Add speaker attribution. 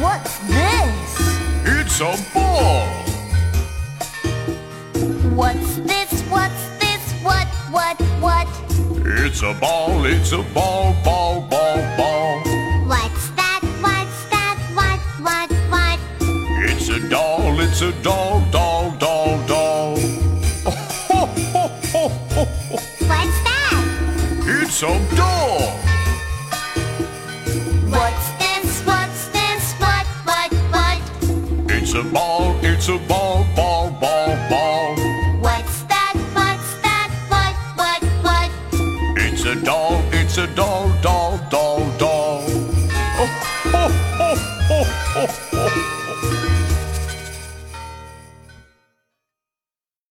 Speaker 1: What's this?
Speaker 2: It's a ball.
Speaker 1: What's this? What's this? What, what, what?
Speaker 2: It's a ball. It's a ball, ball, ball, ball.
Speaker 1: What's that? What's that? What, what, what?
Speaker 2: It's a doll. It's a doll, doll, doll, doll.
Speaker 1: What's that?
Speaker 2: It's a doll.
Speaker 1: What's this? What's this? What, what, what?
Speaker 2: It's a ball. It's a ball, ball, ball, ball.
Speaker 1: What's that? What's that? What, what, what?
Speaker 2: It's a doll. It's a doll, doll, doll.